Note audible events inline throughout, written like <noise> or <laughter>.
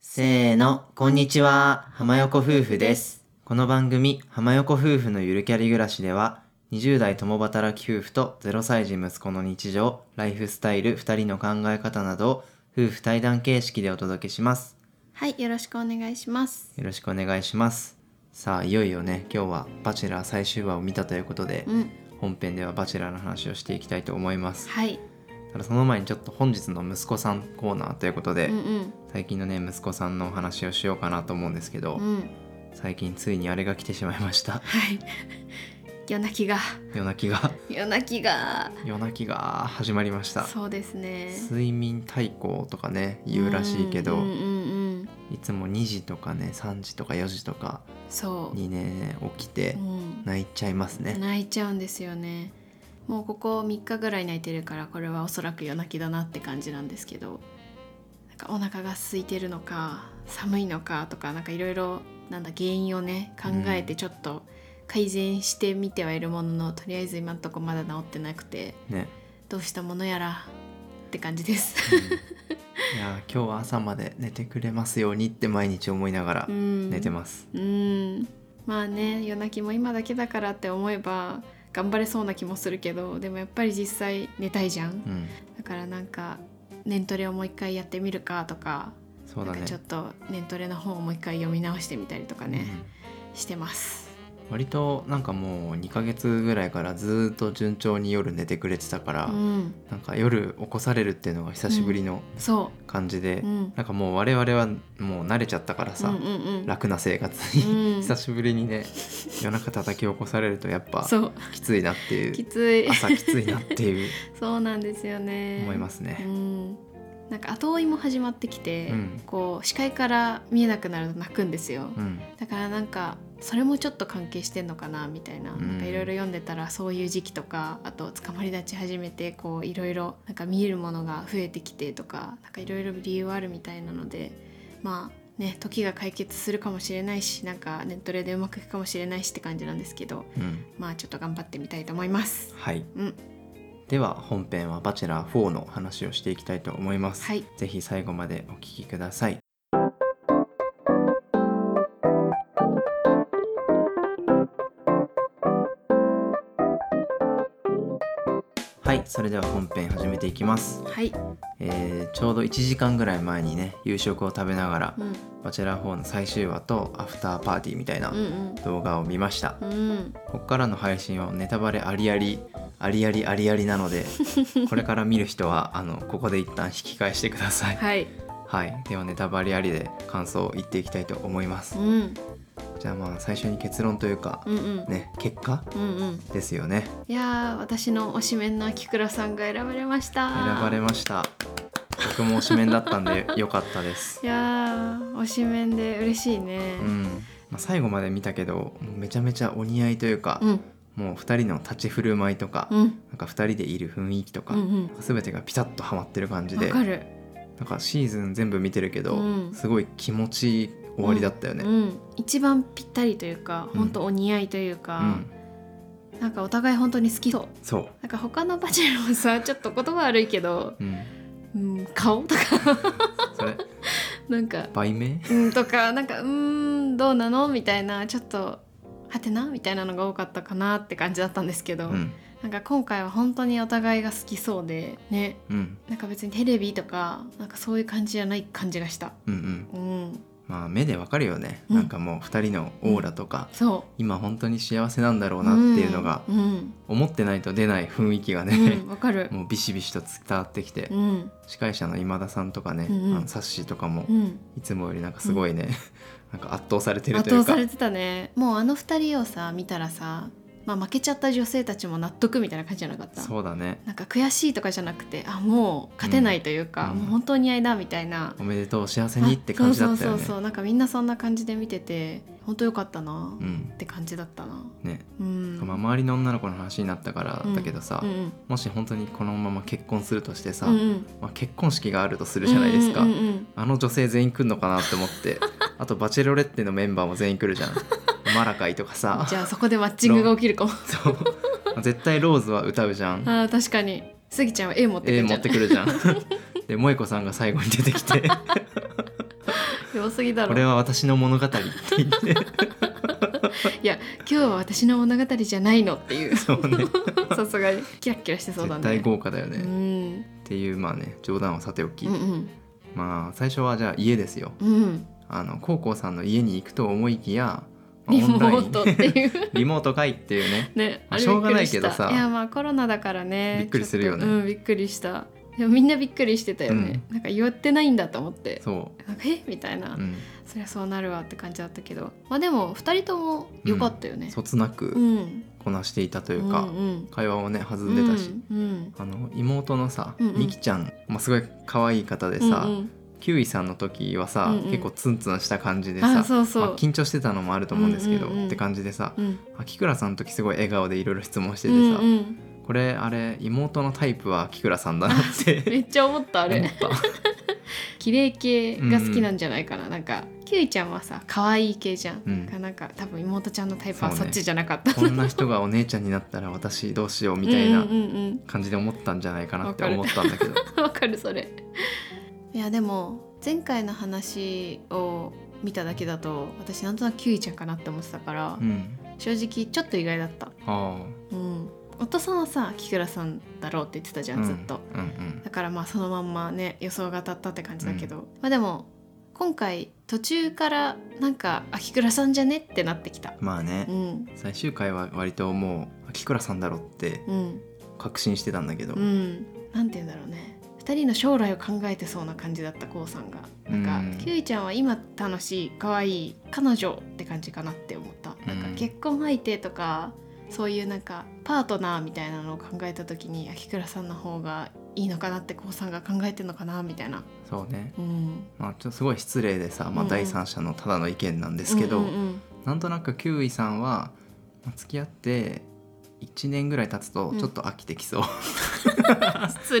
せーの、こんにちは、浜横夫婦です。この番組、浜横夫婦のゆるキャリ暮らしでは、20代共働き夫婦と0歳児息子の日常、ライフスタイル、2人の考え方などを夫婦対談形式でお届けします。はい、よろしくお願いします。よろしくお願いします。さあ、いよいよね、今日はバチェラー最終話を見たということでう、ん、本編ではバチェラーの話をしていきたいと思います。はい、ただその前にちょっと本日の息子さんコーナーということで、うんうん、最近のね息子さんのお話をしようかなと思うんですけど、うん、最近ついにあれが来てしまいました <laughs> はい。 <laughs> 夜泣きが、夜泣き <laughs> が夜泣きが、夜泣きが始まりましたそうですね。睡眠対抗とかね言うらしいけど、うんうんうんうん、いつも2時とかね3時とか4時とかそにね起きてう、うん、泣いちゃいますね、泣いちゃうんですよね。もうここ3日ぐらい泣いてるからこれはおそらく夜泣きだなって感じなんですけどなんかお腹が空いてるのか寒いのかとかなんかいろいろなんだ原因をね考えてちょっと改善してみてはいるものの、とりあえず今んとこまだ治ってなくて <laughs> ね、どうしたものやらって感じです。うんいやー今日は朝まで寝てくれますようにって毎日思いながら寝寝てます、す。うんまあね夜泣きも今だけだからって思えば頑張れそうな気もするけどでもやっぱり実際寝たいじゃんう。んだからなんか年トレをもう一回やってみるかとか、そうなだねんかちょっと年トレの本をもう一回読み直してみたりとかね、してます。うん割となんかもう2ヶ月ぐらいからずーっと順調に夜寝てくれてたから、うん、なんか夜起こされるっていうのが久しぶりのそ感じで、う、うん、なんかもう我々はもう慣れちゃったからさ、うんうんうん、楽な生活に、う <laughs> ん久しぶりにね夜中叩き起こされるとやっぱそうきついなっていきうつい朝きついなっていうそうなんですよね。思います <laughs> うね。ん、なんか後追いも始まってきて、うんこう視界から見えなくなると泣くんですよ。うん、だからなんかそれもちょっと関係してんのかなみたいなうんなんかいろいろ読んでたらそういう時期とかあと捕まり立ち始めてこういろいろなんか見えるものが増えてきてとかなんかいろいろ理由はあるみたいなのでまあね時が解決するかもしれないしなんかネットレでうまくいくかもしれないしって感じなんですけどうん、まあちょっと頑張ってみたいと思います。はい。うん、では本編はバチェラー4の話をしていきたいと思います。はい、ぜひ最後までお聞きください。はい、それでは本編始めていきます。はい、えーちょうど1時間ぐらい前にね、夕食を食べながらう、ん、バチェラー4の最終話とアフターパーティーみたいなうん動画を見ました。うんうんここからの配信はネタバレありあり、ありありありありなの <laughs> で、これから見る人は、あの、ここで一旦引き返してください。はい、はい、ではネタバレありで感想を言っていきたいと思いますう。んじゃあまあ最初に結論というか、うんうんね結果うんうんですよね。いやー私の推しメンの秋倉さんが選ばれました選ばれました。僕も紙面だったん <laughs> で良かったですい。やー推しメンで嬉しいねうん。まあ、最後まで見たけどもうめちゃめちゃお似合いというか、うんもう2人の立ち振る舞いとか、うんなんか2人でいる雰囲気とか、うんうん全てがピタッとはまってる感じわでかるなんかシーズン全部見てるけど、うんすごい気持ちいい終わりだったよね。ううんん一番ぴったりというか本当お似合いというか、なんかお互い本当に好きそうそう、なんか他のバチェラーもさち <laughs> ょっと言葉悪いけど、うん、うん、顔とかそ <laughs> れなんか売名うんとかなんかうーんどうなのみたいなちょっとはてなみたいなのが多かったかなって感じだったんですけど、うんなんか今回は本当にお互いが好きそうでねうんなんか別にテレビとかなんかそういう感じじゃない感じがしたうんうんうんまあ目でわかるよね、うんなんかもう2人のオーラとか、そ今本当に幸せなんだろううなっていうのが、うん思ってないと出ない雰囲気がうねん、、わ <laughs> かる <laughs> もうビシビシと伝わってきて、うん司会者の今田さんとかね、うんうんあのサッシーとかも、うんいつもよりなんかすごいね、 <laughs> なんか圧倒されてる圧とい倒うかされてたねもうあの二人をさ見たらさまあ負けちゃった女性たちも納得みたいな感じじゃなかったそうだねなんか悔しいとかじゃなくてあもう勝てないというか、うんもう本当に愛だみたいな、おめでとう幸せにって感じだったよあそうねそうそうそうなんかみんなそんな感じで見てて本当よかったな、うっんて感じだったなね、うんまあ周りの女の子の話になったからうんだけどさ、うんうんもし本当にこのまま結婚するとしてさ、うんうんまあ、結婚式があるとするじゃないですか、うんうんうんうんあの女性全員来るのかなって思ってあと「バチェロレッテ」のメンバーも全員来るじゃ <laughs> んマラカイとかさじゃあそこでマッチングが起きるかも。そう絶対ローズは歌うじゃんあー確かに。スギちゃんは A 持ってく絵るじ持ゃっん。 <laughs> てくるじゃんで萌子さんが最後に出てきて弱すぎだころれは私の物語って言って <laughs> いや今日は私の物語じゃないのっていう <laughs> そうねさすがにキラッキラしてそうだ絶ね対豪華だよね、うっんていうまあね冗談はさておき、うんまあ最初はじゃあ家ですようんうんあの高校さんの家に行くと思いきやまあリオンモライン <laughs> ートっていうリモートかいっていうね <laughs> ね、まああれしょうがないびっくけりどさしたいやまあコロナだからねびっくりするよねちょっとうんびっくりしたでもみんなびっくりしてたよね、なんか言ってないんだと思ってそなんかえみたいな、う、うん、そりゃそうなるわって感じだったけどまあでも2人とも良かったよね、そつなうくんこなしていたとというか、ん会話をね弾うんでたし、うんうんあの妹のさ、うんうんみきちゃん、まあ、すごい可愛い方でさ、うんキウイさんの時はさ、うんうん結構ツンツンした感じうでん、あさそうそう、まあ緊張してたのもあると思うんですけど、うんうんうんって感じでさうん秋倉さんの時すごい笑顔でいろいろ質問してうてさ、んうん、これあれ妹のタイプは秋倉さんだなってめっちゃ思ったあ思っれた綺麗系が好きなんじゃないかな、なんかキュウイちゃんはさ可愛い系じゃん、うんなんか多分妹ちゃんのタイプはそうねそっちじゃなかった、こんな人がお姉ちゃんになったら私どうしようみたいなうんうんうん感じで思ったんじゃないかなってわかる思ったんだけ <laughs> ど、うんわかるそれいやでも前回の話を見ただけだと私なんとなくキュウイちゃんかなって思ってたから、うん、正直ちょっと意外だったあうんお父さんはさ木倉さんだろうって言ってたじあゃん、ずっとうんうんだからまあそのまんまね予想が当たったって感じだけど、まあでも今回途中からなんか「秋倉さんじゃね?」ってなってきたまあね、うん最終回は割ともう秋倉さんだろってうん確信してたんだけど、うんなんて言うんだろうね2人の将来を考えてそうな感じだったこうさんがなんか、うんキュウイちゃんは今楽しい可愛い彼女って感じかなって思ったなんかうん結婚相手とかそういうなんかパートナーみたいなのを考えた時に秋倉さんの方がいいのかなってこうさんが考えてんのかなみたいな、そうね、うん、まあ、ちょっとすごい失礼でさ、まうあ、ん第三者のただの意見なんですけど、うんうんうんなんとなくキウイさんはまあ付き合って1年ぐらい経つとちょっと飽きてきそう、失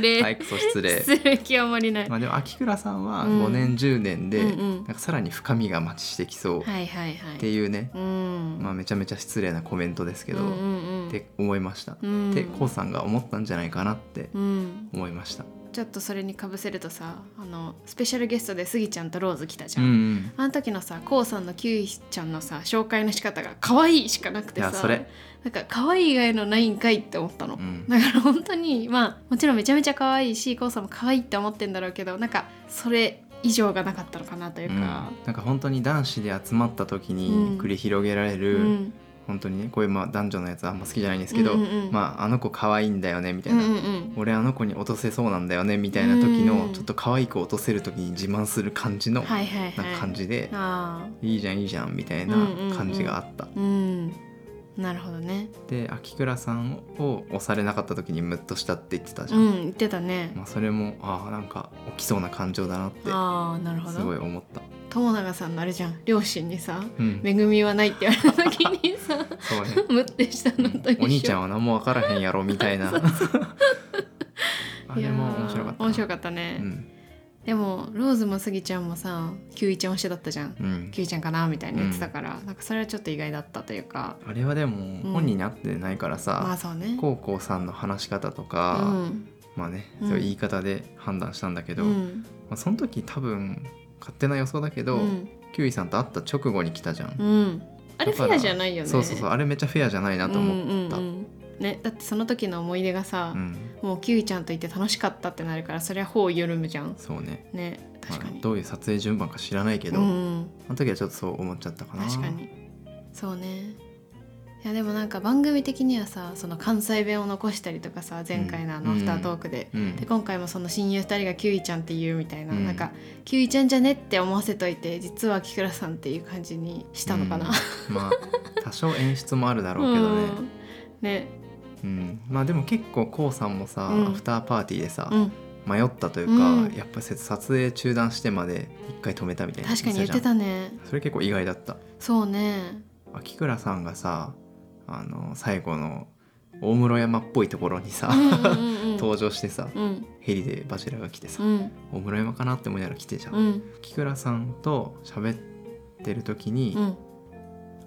<laughs> 礼、はいクソ失礼失礼極まりない、まあでも秋倉さんはうん5年10年で、うんうんなんかさらに深みが増ししてきそうっはいはいはいていうね、うんまあ、めちゃめちゃ失礼なコメントですけど、うんうんうんって思いました、うんでこうさんが思ったんじゃないかなってうん、思いました、ちょっとそれにかぶせるとさあのスペシャルゲストでスギちゃんとローズ来たじうゃんん、うん、あの時のさこうさんのキウイちゃんのさ紹介の仕方が可愛いしかなくていやさそれなんか可愛い以外のないんかいって思ったの、うんだから本当にまあもちろんめちゃめちゃ可愛いしこうさんも可愛いって思ってんだろうけどなんかそれ以上がなかったのかなといううんか、なんか本当に男子で集まった時うんに繰り広げられうんる、本当にねこういうまあ男女のやつあんま好きじゃないんですけど、うんうんうんまああの子可愛いんだよねみたういんな、うんうん俺あの子に落とせそうなんだよねみたいな時の、うんちょっと可愛い子落とせる時に自慢する感じの、はいはいはいなんか感じで、あいいじゃんいいじゃんみたいなうんうんうん感じがあった、あうんなるほどねで秋倉さんを押されなかった時にムッとしたって言ってたじうゃん、ん言ってたね、まあ、それもああなんか起きそうな感情だなってああなるほすごいど思った、友永さんのあれじゃん両親にさうん「恵みはない」って言われた時にさ <laughs> そうねムッてしたのと一緒お兄ちゃんは何も分からへんやろみたい <laughs> な <laughs> あれも面白かったいやーな面白かったね、うんでもローズもスギちゃんもさキュウイちゃん推しだったじゃんうんキュウイちゃんかなみたいに言ってたから、なんかそれはちょっと意外だったというかあれはでうんも本人に合ってないからまあさ、そうね高校さんの話し方とうか、んまあねうそんういう言い方で判断したんだけど、うまんあ、その時多分勝手な予想だけど、うんキュウイさんと会った直後に来たじゃん、うんあれフェアじゃないよねそうそうそうあれめっちゃフェアじゃないなと思った、うんうんうんね、だってその時の思い出がさ、うんもうキウイちゃんといて楽しかったってなるからそりゃ頬を緩むじゃんそうねね確かまに、あどういう撮影順番か知らないけど、うあんの時はちょっとそう思っちゃったかな確かにそうねいやでもなんか番組的にはさその関西弁を残したりとかさ前回のあのうアんフタートークで、うんで今回もその親友2人がキウイちゃんって言うみたいな、うんなんかキウイちゃんじゃねって思わせといて実はキクラさんっていう感じにしたのかな、うんまあ多少演出もあるだろうけどね、うん、ねうんまあでも結構こうさんもさ、うんアフターパーティーでさ、うん迷ったというか、うんやっぱせ撮影中断してまで一回止めたみたいな確かに言ってじゃんたねそれ結構意外だったそう <laughs> ね秋倉さんがさあの最後の大室山っぽいところにさ、うんうんうんうん登場してさうんヘリでバチェラが来てさ、うん大室山かなって思いながら来てじゃん、うん秋倉さんと喋ってる時に、うん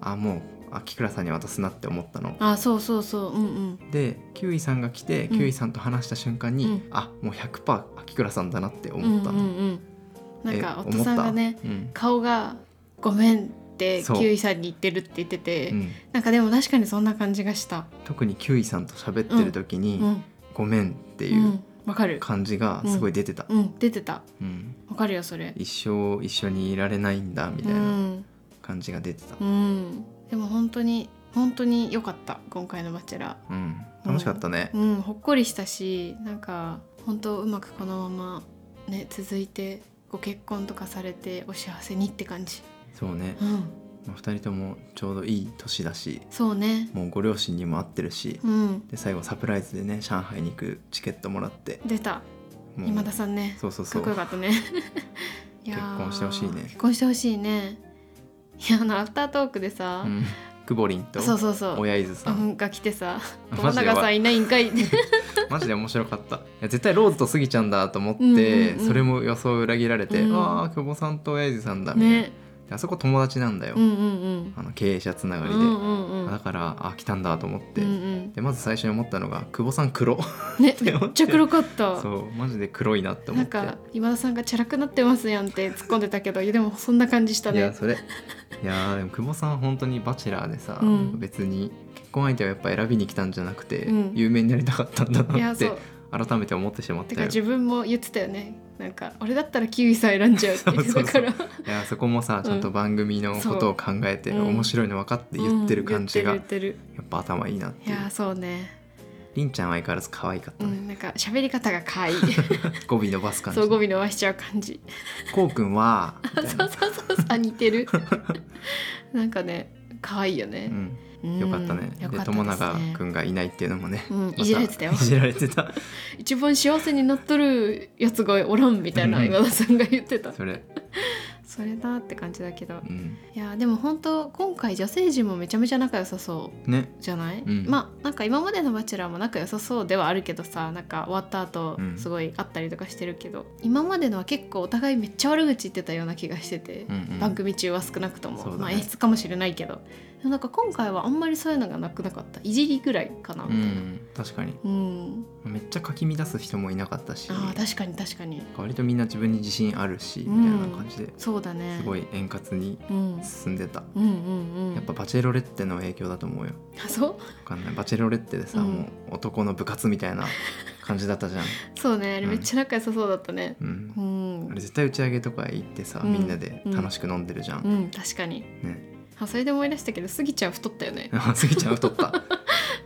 あもう秋倉さんに渡すなって思ったのあそうそうそううんうんでキウイさんが来て、うんキウイさんと話した瞬間に、うんあもう100%秋倉さんだなってうん思うっんたうの、んなんかえ夫さんがね、思っ顔が「ごめん」ってそうキウイさんに言ってるって言ってて、たうんうんなんかでも確かにそんな感じがした。特にキュウイさんと喋ってる時に「うん、ごめん」ってう、いうんわかる。感じがすごい出てた、うん、出てた。うんわかるよそれ。一生一緒にいられないんだみう、たいなん感じが出てた、うん、でも本当に本当に良かった今回のバチェラうん、楽しかったね、うん、ほっこりしたしなんか本当うまくこのままね続いてご結婚とかされてお幸せにって感じそうね、うんまあ、2人ともちょうどいい年だしそうねもうご両親にも会ってるし、うんで最後サプライズでね上海に行くチケットもらって出たもう今田さんねそうそうそかっうこよかったねいやー <laughs> 結婚してほしいね結婚してほしいねいやあのアフタートークでさう、んくぼりんとそうそうそう親伊豆さうんんが来てさ「マ友ジで永さんいないんかい」ってマジで面白かったいや絶対ローズとスギちゃんだと思って、うんうんうんそれも予想を裏切られて「うんああ久保さんと親父さんだ」みたいな、ねであそこ友達なんだよ、うんうんうんあの経営者つながりうで、んうんうんだからあ来たんだと思って、うんうんでまず最初に思ったのが久保さん黒ねてめ思 <laughs> ってっちゃ黒かったそうマジで黒いなって思なっんてか今田さんがチャラくなってますやんって突っ込んでたけどいやでもそんな感じしたいやねそれいやーでも久保さん本当にバチェラーでさ、うん別に結婚相手をやっぱ選びに来たんじゃなくて、うん有名になりたかったんだいなやってそう改めて思ってしまってたかよ自分も言ってたよねなんか俺だったらキウイさん選んじゃうって言ってたからいやそこもさちゃんと番組のことを考えて、うん面白いの分かって言ってる感じが、うん言ってる言ってやっぱ頭いいなってるいいうやそうねりんちゃんは相変わらず可愛かっうたね、んなんか喋り方が可愛い語尾伸ばす感じそう語尾伸ばしちゃう <laughs> 感じこうくんはみたいそうなそうそうそうあ似てるなんかね可愛いよね、うん、よかったね、よでかったすね友永くんがいないっていうのもね、うんまたいじら <laughs> れてたよいじられてた一番幸せになっとるやつがおらんみたいなうん今田さんが言ってたそれ、それだって感じだけどうん、いやでも本当今回女性陣もめちゃめちゃ仲良さそうねじゃない、うんまあなんか今までの「バチェラー」も仲良さそうではあるけどさなんか終わった後うんすごい会ったりとかしてるけど、今までのは結構お互いめっちゃ悪口言ってたような気がしてて、うんうん番組中は少なくとも、そうだねまあ演出かもしれないけどでもなんか今回はあんまりそういうのがなくなかったいじりぐらいかなうみたいな。ん、確かにうん、めっちゃかき乱す人もいなかったしあー確かに確かに割とみんな自分に自信あるし、うんみたいな感じでそうだねすごい円滑にうん、うん進んでた、うんうんやっぱバチェロレッテの影響だと思うよあそうわかんないバチェロレッテでさ、うんもう男の部活みたいな感じだったじゃん、そうねあれうんめっちゃ仲良さそうだったねうんうんあれ絶対打ち上げとか行ってさ、うんみんなで楽しく飲んでるじゃん、うん確かに、ねあそれで思い出したけどスギちゃん太った <laughs> よねスギちゃん太った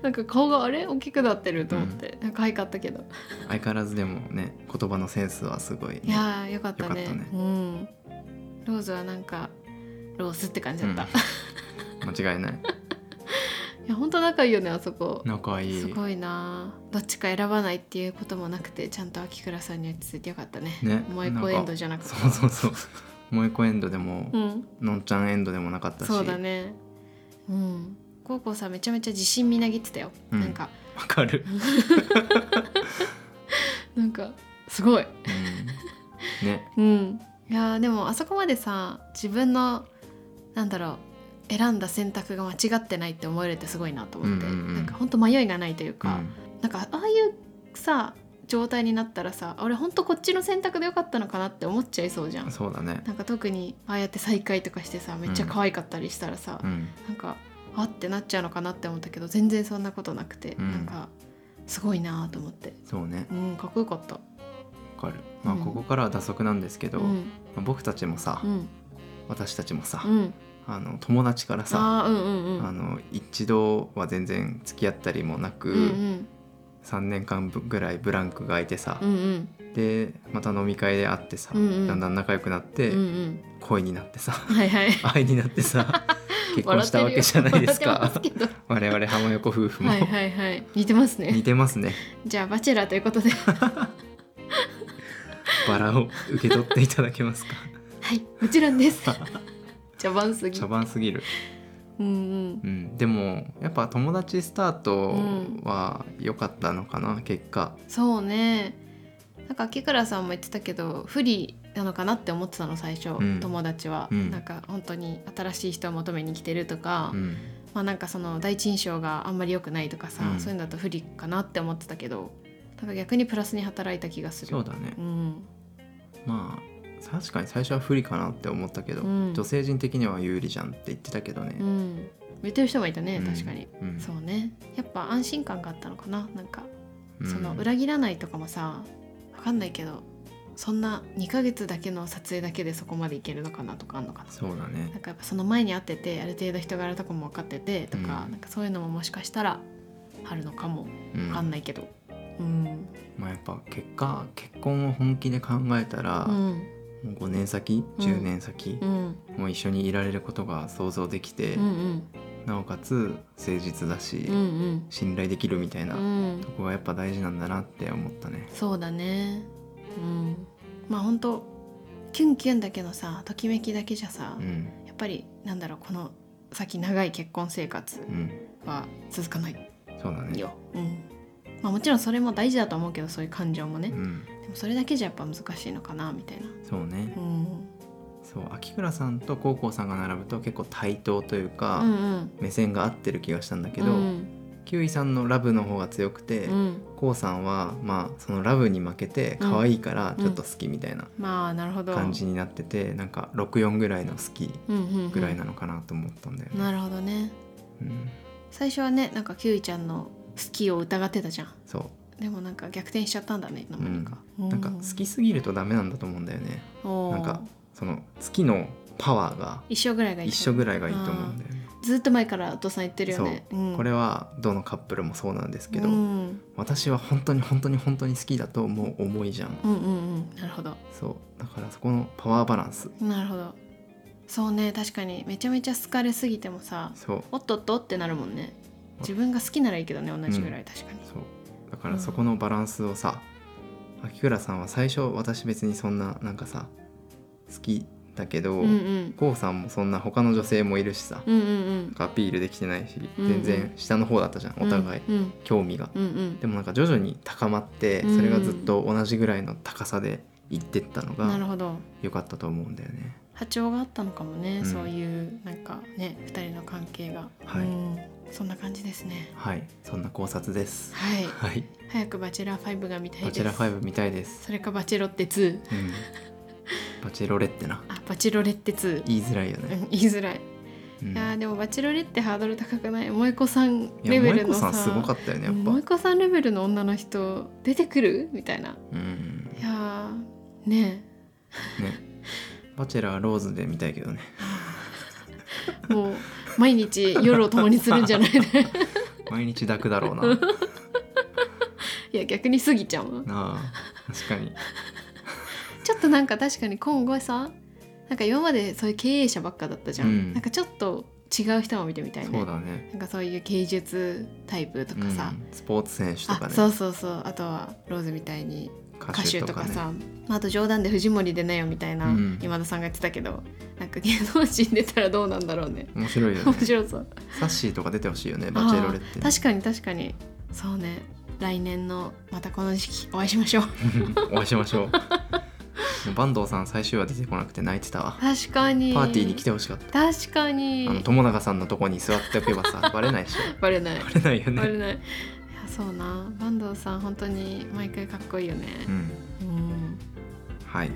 なんか顔があれ大きくなってると思って、なんか可愛かったけど相変わらずでもね言葉のセンスはすごいね、いやーよかったねよかったねうんローズはなんかロースって感じだった、うん間違いないいやほんと仲いいよねあそこ仲いいすごいなあどっちか選ばないっていうこともなくてちゃんと秋倉さんに落ち着いてよかったねねもう一個エンドじゃなくてそうそうそう萌え子エンドでも、うんのんちゃんエンドでもなかったしそうだねうん高校さんめちゃめちゃ自信みなぎってたよ、うんなんかわか <laughs> る、なんかすごいうん、ねうん、いやーでもあそこまでさ自分のなんだろう選んだ選択が間違ってないって思えるってすごいなと思って、うんうんうんなんか本当迷いがないといううか、んなんかああいうさ状態になったらさ俺本当こっちの選択でよかったのかなって思っちゃいそうじゃん。そうだねなんか特にああやって再会とかしてさめっちゃ可愛かったりしたらさ、うんなんかあってなっちゃうのかなって思ったけど全然そんなことなくて、うんなんかすごいなーと思って、そうねうん、かっこよかった。わかるまあうんここからは打足なんですけど、うんまあ僕たちもさ、うん私たちもさ、うん、あの友達からさあーうんうんうんあの一度は全然付き合ったりもなく、うんうん3年間ぐらいブランクが空いてさう、んでまた飲み会で会ってさ、うんうんだんだん仲良くなって、うんうん恋になってさ <laughs> うんはいはい愛になって <laughs> さ結婚笑しってたるわけじゃないです笑かってます我々浜横夫婦 <laughs> けどもはいはいはい似てますね似てますねじゃあバチェラーということではバラを受け取っていただけます <laughs> かいもちろ <laughs> んです <laughs> 茶番すぎ茶番すぎる、うんうんうん、でもやっぱ友達スタートは良かったのかな結果そうねなんか秋倉さんも言ってたけど不利なのかなって思ってたの最初、うん友達は、うんなんか本当に新しい人を求めに来てるとか、うんまあなんかその第一印象があんまり良くないとかさ、うんそういうのだと不利かなって思ってたけどなんか逆にプラスに働いた気がするそうだねうんまあ確かに最初は不利かなって思ったけど、うん女性陣的には有利じゃんって言ってたけどね、うん言ってる人がいたねうん確かに、うんそうねやっぱ安心感があったのかななんかうんその裏切らないとかもさわかんないけどそんな2ヶ月だけの撮影だけでそこまでいけるのかなとかあんのかなそうだねなんかやっぱその前に会っててある程度人柄とかも分かっててとか,、うんなんかそういうのももしかしたらあるのかもうんわかんないけどうんまあやっぱ結果結婚を本気で考えたら、うもんう5年先10年先う、んもう一緒にいられることが想像できて、うんうんなおかつ誠実だし、うんうん信頼できるみたいな、うんそこがやっぱ大事なんだなって思ったねそうだねうんまあ本当キュンキュンだけのさときめきだけじゃさ、うんやっぱりなんだろうこの先長い結婚生う活んは続かないそうだねよ、うんまあ、もちろんそれも大事だと思うけどそういう感情もね、うんでもそれだけじゃやっぱ難しいのかなみたいなそうねうんそう秋倉さんと高校さんが並ぶと結構対等というか、うんうん目線が合ってる気がしたんだけど、うんキウイさんのラブの方が強くて、うんコウさんはまあそのラブに負けてうん可愛いからちょっと好きみたいなまあなるほど感じになってて、なんか64ぐらいの好きうんうんうんぐらいなのかなと思ったんだよね。なるほどねうん、最初はねなんかキウイちゃんの好きを疑ってたじゃんそでもなんか逆転しちゃったんだねいつの間にか、うなんか好きすぎるとダメなんだと思うんだよね。おーなんかその好きのパワーが一緒ぐらいがいい一緒ぐらいがいいと思うんだよね。ずっと前からお父さん言ってるよね、うん、これはどのカップルもそうなんですけど、うん、私は本当に本当に本当に好きだともう思いじゃん。うんうんうんなるほどそうだからそこのパワーバランスなるほどそうね確かにめちゃめちゃ好かれすぎてもさそうおっとっとってなるもんね自分が好きならいいけどね同じぐらい確かに、そうだからそこのバランスをさ、秋倉さんは最初私別にそんななんかさ好きだけど、うん、うんこうさんもそんな他の女性もいるしさ、うんうんうんアピールできてないしうん全然下の方だったじゃん、お互い、うん興味が、うんうんでもなんか徐々に高まってうんそれがずっと同じぐらいの高さでいってったのなるがほど良かったと思うんだよね波長があったのかもね、うんそういうなんかね二人の関係が、はいうんそんな感じですねはいそんな考察ですはいはい早くバチェラー5が見たいですバチェラ5見たいですそれかバチェロッテ2うんバチェロレってなあバチェロレッテ2言いづらいようね、ん言いづらいうんいやーでもバチェロレってハードル高くない萌子さんいやレベルの萌さ子さんすごかったよねやっぱ、萌子さんレベルの女の人出てくるみたいなうんいやーねねバチェラーローズで見たいけどねえもう毎日夜を共にするんじ <laughs> ゃないの毎日抱くだ <laughs> ろうなないや逆に過ぎちゃうわあ確かにちょっとなんか確かに今後さなんか今までそういう経営者ばっかだったじゃん、うんなんかちょっと違う人も見てみたいねそうだねなんかそういう芸術タイプとかさ、うん、スポーツ選手とかあねそうそうそうあとはローズみたいに歌歌手手ととかかねさ、まあ、あと冗談で藤森出なよみたいなうん今田さんが言ってたけど、なんか芸能人出たらどうなんだろうね面白いよ面ね <laughs> 白そうサッシーとか出てほしいよねバチェロレってあー確かに確かにそうね来年のまたこの時期お会いしましょうお会いしまし <laughs> ょうもう坂東さん最終話出てこなくて泣いてたわ確か <laughs> にパーティーに来てほしかった確かあのに友永さんのとこに座っておけば <laughs> さバレないしバレないバレないよバねレないいやそうな坂東さん本当に毎回かっこいいよねうんうんはい。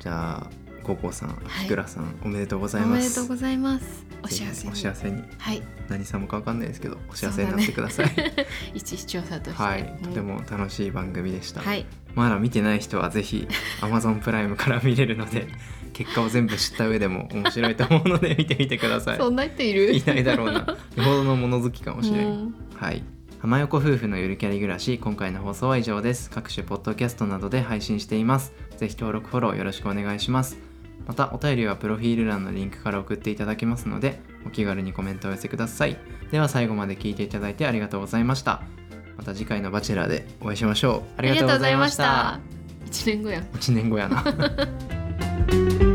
じゃあ、高校さん、い秋倉さん、おめでとうございおめまでとす。うございますおぜひ幸せにお幸せに。はい何様かわかんないですけど、お幸せになってください。 <laughs> 一視聴者としてはい、とてうんも楽しい番組でした。はいまだ見てない人はぜひ Amazon プライムから見れるの <laughs> で、結果を全部知った上でも面白いと思うので見てみてください。そんな人いるいないだろうな。よほどの物好きかもしれ。うんんはい。浜横夫婦のゆるキャリ暮らし今回の放送は以上です各種ポッドキャストなどで配信していますぜひ登録フォローよろしくお願いしますまたお便りはプロフィール欄のリンクから送っていただけますのでお気軽にコメントをお寄せくださいでは最後まで聞いていただいてありがとうございましたまた次回の「バチェラー」でお会いしましょうあありがとうございましたりがとうございました一年後やん1年後やな